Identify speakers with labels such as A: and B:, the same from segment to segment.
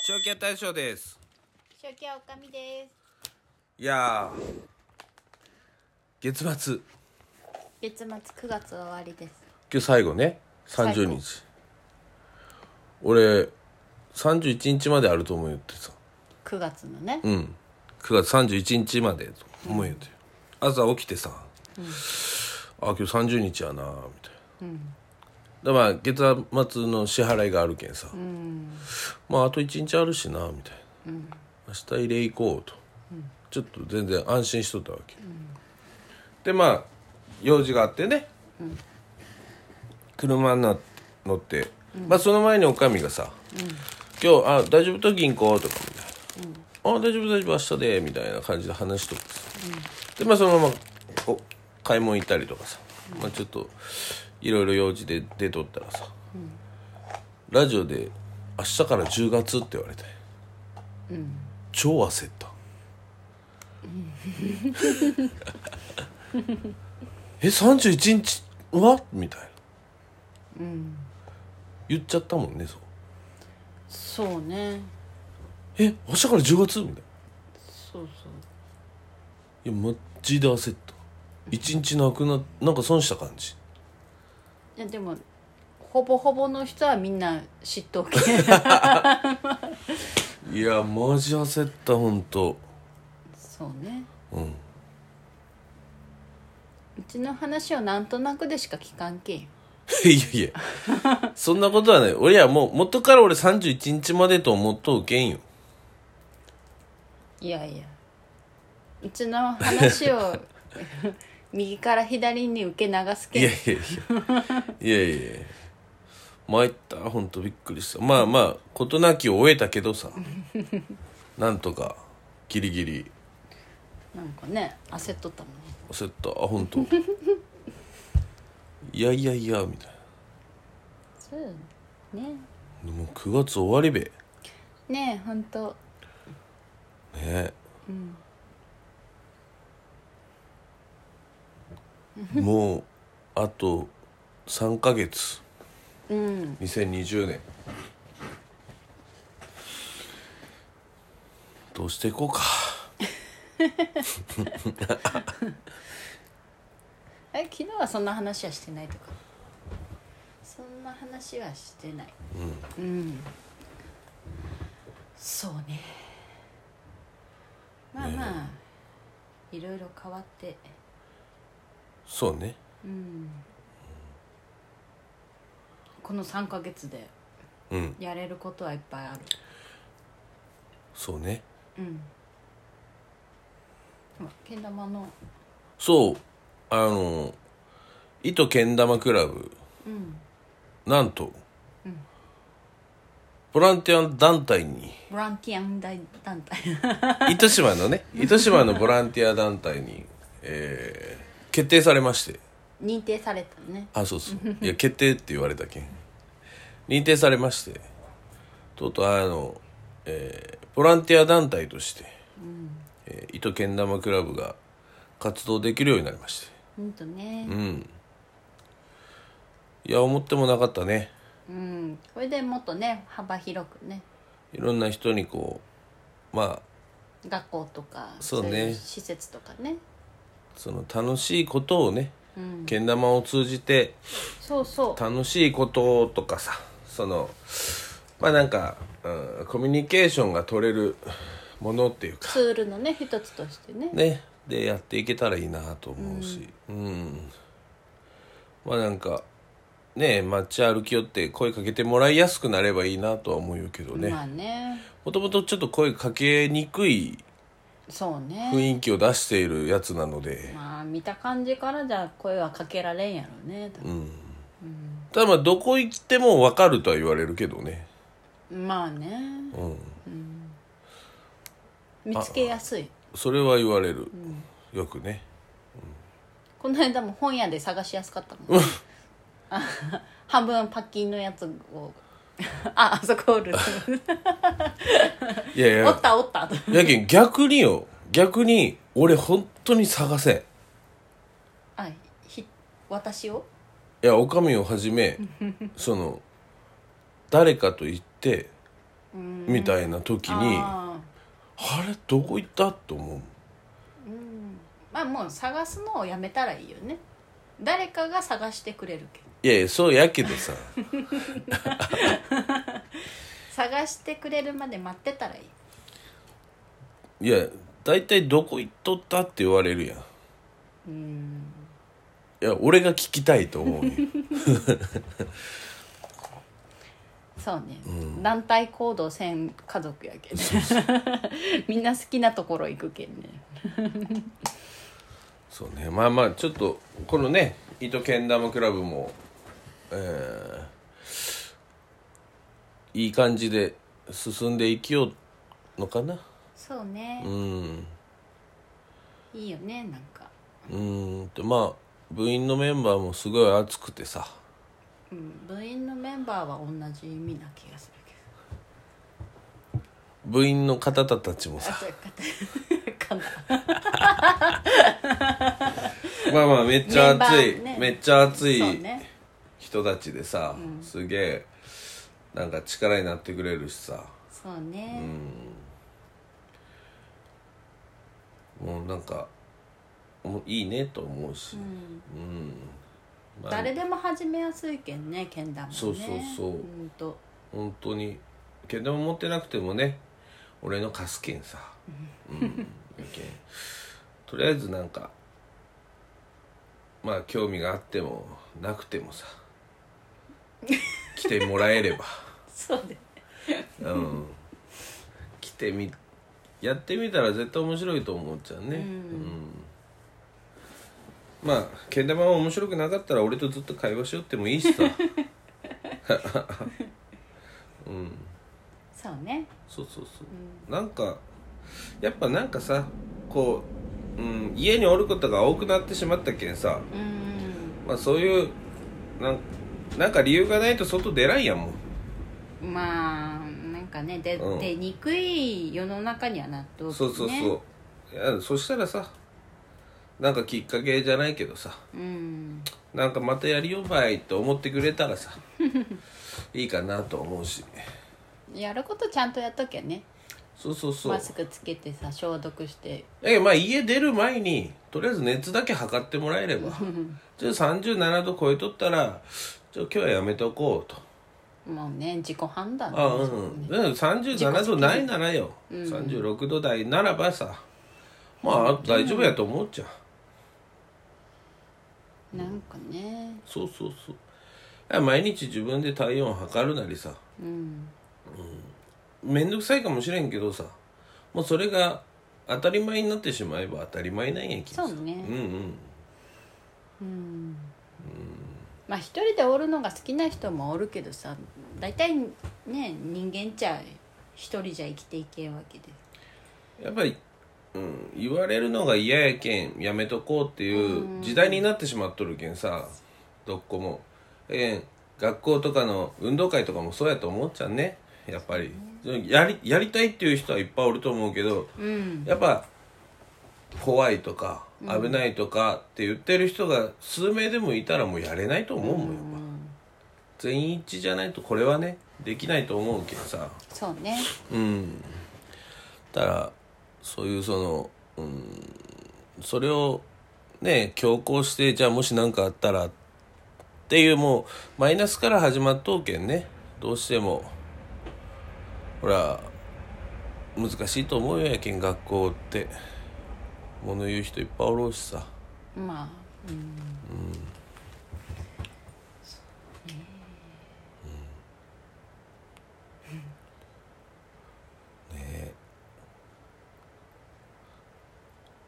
A: キャ大賞です
B: 正気はおかみです
A: いやー月末
B: 月末9月終わりです
A: 今日最後ね30日俺31日まであると思うよってさ
B: 9月のね、
A: うん9月31日までと思うよって、朝起きてさ、あ今日30日やなーみたいな、でまあ月末の支払いがあるけんさ、まああと1日あるしなみたいな、明日入れ行こうと、ちょっと全然安心しとったわけ、でまあ用事があってね、車にな乗って、まあその前におかみがさ「今日あ大丈夫と銀行」とかみたいな「あ大丈夫大丈夫明日で」みたいな感じで話しとってさ、でまあそのままお買い物行ったりとかさ、まあ、ちょっといろいろ用事で出とったらさ、ラジオで「明日から10月」って言われて、超焦った、え31日はみたいな、言っちゃったもんねそう
B: そうね
A: え明日から10月みたいな
B: そうそ
A: いやマジで焦った一日なくななんか損した感じ
B: ういやでもほぼほぼの人はみんな知っと け
A: いやマジ焦った本当
B: そうね
A: うん
B: うちの話をなんとなくでしか聞かんけんよ
A: いやいや、そんなことはない。俺はもう、元から俺31日までと思っとうけんよ。
B: いやいやうちの話を 右から左に受け流す
A: い
B: け
A: や
B: ん
A: いやいや。いやいや参った、ほんとびっくりした。まあまあ、事なきを終えたけどさ。なんとか、ギリギリ、
B: なんかね焦っとったもんね
A: 焦った、あ、ほんと。いやいやいや、みたい
B: そうよね
A: な。もう9月終わりべ。
B: ねえほんと
A: ねえ、 もうあと3ヶ月、
B: ん
A: 2020年どうしていこうか
B: え昨日はそんな話はしてないとかそんな話はしてないうん、そうねまあまあ、いろいろ変わって
A: そうね
B: この3ヶ月で
A: うん
B: やれることはいっぱいある
A: そうね
B: ほらけん玉の
A: そうあの糸けん玉クラブ、なんと、ボランティア団体に
B: ボランティア大団体
A: 糸島のね糸島のボランティア団体に、えー決定されまして
B: 認定されたね
A: あそうそういや決定って言われたけん認定されましてとうとうあの、えーボランティア団体として、えー糸けん玉クラブが活動できるようになりまして
B: ほんとね
A: うんいや思ってもなかったね
B: うん、これでもっとね幅広くね
A: いろんな人にこうまあ
B: 学校とか
A: そうね
B: い施設とかね
A: その楽しいことをねけ、ん玉を通じて
B: そうそう
A: 楽しいこととかさそのまあなんか、うん、コミュニケーションが取れるものっていうか
B: ツールのね一つとしてね
A: ねでやっていけたらいいなと思うしうん、まあなんかね街歩き寄って声かけてもらいやすくなればいいなとは思うよけどね
B: まあね
A: もともとちょっと声かけにくい
B: そうね
A: 雰囲気を出しているやつなので、
B: まあ見た感じからじゃ声はかけられんやろうね、
A: ただまあどこ行っても分かるとは言われるけどね
B: まあね
A: うん
B: 見つけやすい
A: それは言われる、よくね
B: この間も本屋で探しやすかったもん、ね、あ半分パッキンのやつをああそこ おる
A: いやい
B: お
A: や
B: ったおったと
A: やけん逆によ逆に俺本当に探せんい
B: あひ私を
A: やおかみをはじめその誰かと行ってみたいな時にあ
B: あー
A: れどこ行ったと思う
B: まあもう探すのをやめたらいいよね誰かが探してくれるけど
A: いやいやそうやけどさ
B: 探してくれるまで待ってたらいい
A: いや大体どこ行っとったって言われるやんいや俺が聞きたいと思うよ
B: そうね、団体行動せん家族やけど、ね、 みんな好きなところ行くけんね
A: そうねまあまあちょっとこのね糸けん玉クラブもえーいい感じで進んでいきようのかな
B: そうね、
A: うん
B: いいよねなんか
A: うーんとまあ部員のメンバーもすごい熱くてさ
B: うん部員のメンバーは同じ意味な気がするけ ど
A: 部員の方々たちも
B: あ
A: さ
B: そうかかんだ
A: まあまあめっちゃ熱い、
B: メンバーね
A: めっちゃ熱い
B: そうね
A: 人たちでさ、すげえなんか力になってくれるしさ
B: そうね、
A: もうなんかもういいねと思うし、まあ
B: 誰でも始めやすいけんねけん玉ね
A: そうそうそう
B: うんと
A: 本当にけど持ってなくてもね俺の貸すけんさ、うん、やけんとりあえずなんかまあ興味があってもなくてもさ来てもらえれば
B: そうで
A: うん来てみやってみたら絶対面白いと思っちゃうねうん、まあけん玉は面白くなかったら俺とずっと会話しよってもいいしさうん
B: そうね
A: そうそうそう、なんかやっぱなんかさこう、うん、家におることが多くなってしまったけんさ、
B: うん
A: まあ、そういうなんなんか理由がないと外出らんやんもん
B: まあなんかね出
A: うん
B: 出にくい世の中にはなっと
A: そうそうそう、いやそしたらさなんかきっかけじゃないけどさ
B: ううん
A: なんかまたやりよばいと思ってくれた らさいいかなと思うし
B: やることちゃんとやっときゃね
A: そうそうそう
B: マスクつけてさ消毒して
A: だけどまあ家出る前にとりあえず熱だけ測ってもらえればじゃあ37度超えとったらじゃあ今日はやめとこうと
B: もうね自己判断
A: あうん、うん、37度ないならよ、36度台ならばさまああと大丈夫やと思うじゃん
B: なんかね
A: そうそうそうだから毎日自分で体温測るなりさ
B: うん
A: 面倒くさいかもしれんけどさもうそれが当たり前になってしまえば当たり前なんやき
B: そうね
A: うんうん
B: まあ一人でおるのが好きな人もおるけどさ大体ね人間っちゃ一人じゃ生きていけんわけで
A: やっぱり、うん、言われるのが嫌やけんやめとこうっていう時代になってしまっとるけんさどっこもえー学校とかの運動会とかもそうやと思っちゃうねやっぱりやりやりたいっていう人はいっぱいおると思うけど、やっぱ怖いとか危ないとかって言ってる人が数名でもいたらもうやれないと思うもんやっぱ、全員一致じゃないとこれはねできないと思うけんさ
B: そうね
A: うんだからそういうその、うん、それをね強行してじゃあもし何かあったらっていうもうマイナスから始まっとうけんねどうしてもほら難しいと思うよやけん学校って物言う人いっぱいおろうしさ
B: まあうん、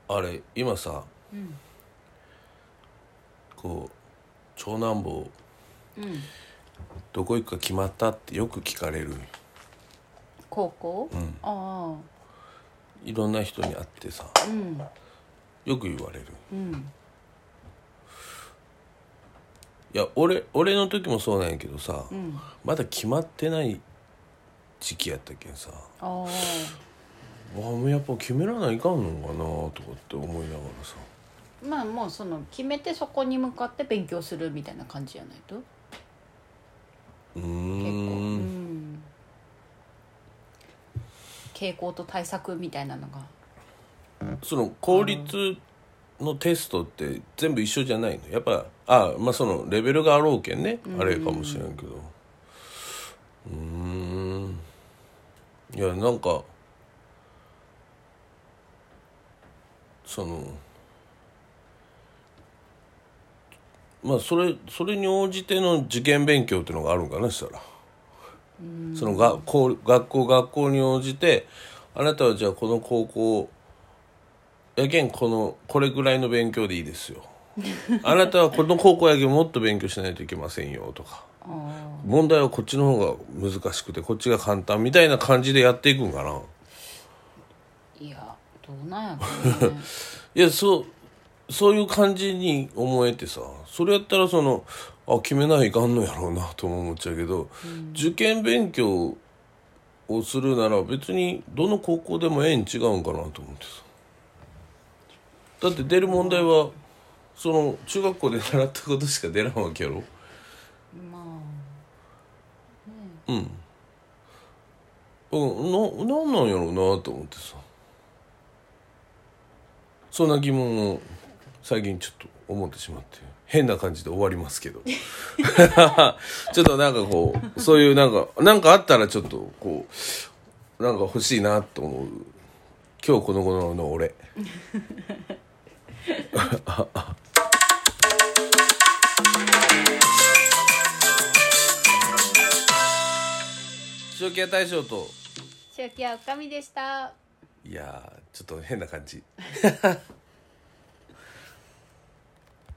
A: あれ今さ、こう長男坊
B: うん、
A: どこ行くか決まったってよく聞かれるんよ
B: 高校、あ
A: いろんな人に会ってさ
B: あうん
A: よく言われる
B: うん
A: いや俺俺の時もそうなんやけどさ、
B: うん
A: まだ決まってない時期やったけんさ
B: ああ
A: あもうやっぱ決めらないかんのかなとかって思いながらさ
B: まあもうその決めてそこに向かって勉強するみたいな感じじゃないと
A: うー
B: 結構うんん傾向と対策みたいなのが
A: その効率のテストって全部一緒じゃないのやっぱあまあそのレベルがあろうけんね、あれかもしれんけどうーんいやなんかそのまあそれそれに応じての受験勉強っていうのがあるんかなしたら。そのがこう学校学校に応じてあなたはじゃあこの高校やけんこのこれぐらいの勉強でいいですよ あなたはこの高校やけんもっと勉強しないといけませんよとか
B: あ
A: 問題はこっちの方が難しくてこっちが簡単みたいな感じでやっていくんかな
B: ーいやどうなんやろうね
A: いやそうそういう感じに思えてさそれやったらそのあ決めないかんのやろうなとも思っちゃうけど、受験勉強をするなら別にどの高校でもええん違うんかなと思ってさだって出る問題はその中学校で習ったことしか出らんわけやろ
B: まあ
A: うんななんなんやろうなと思ってさそんな疑問を最近ちょっと思ってしまって変な感じで終わりますけど ちょっとなんかこうそういうなんかなんかあったらちょっとこうなんか欲しいなと思う今日この頃の俺 中継大賞と
B: 千秋はおかみでした
A: いやーちょっと変な感じ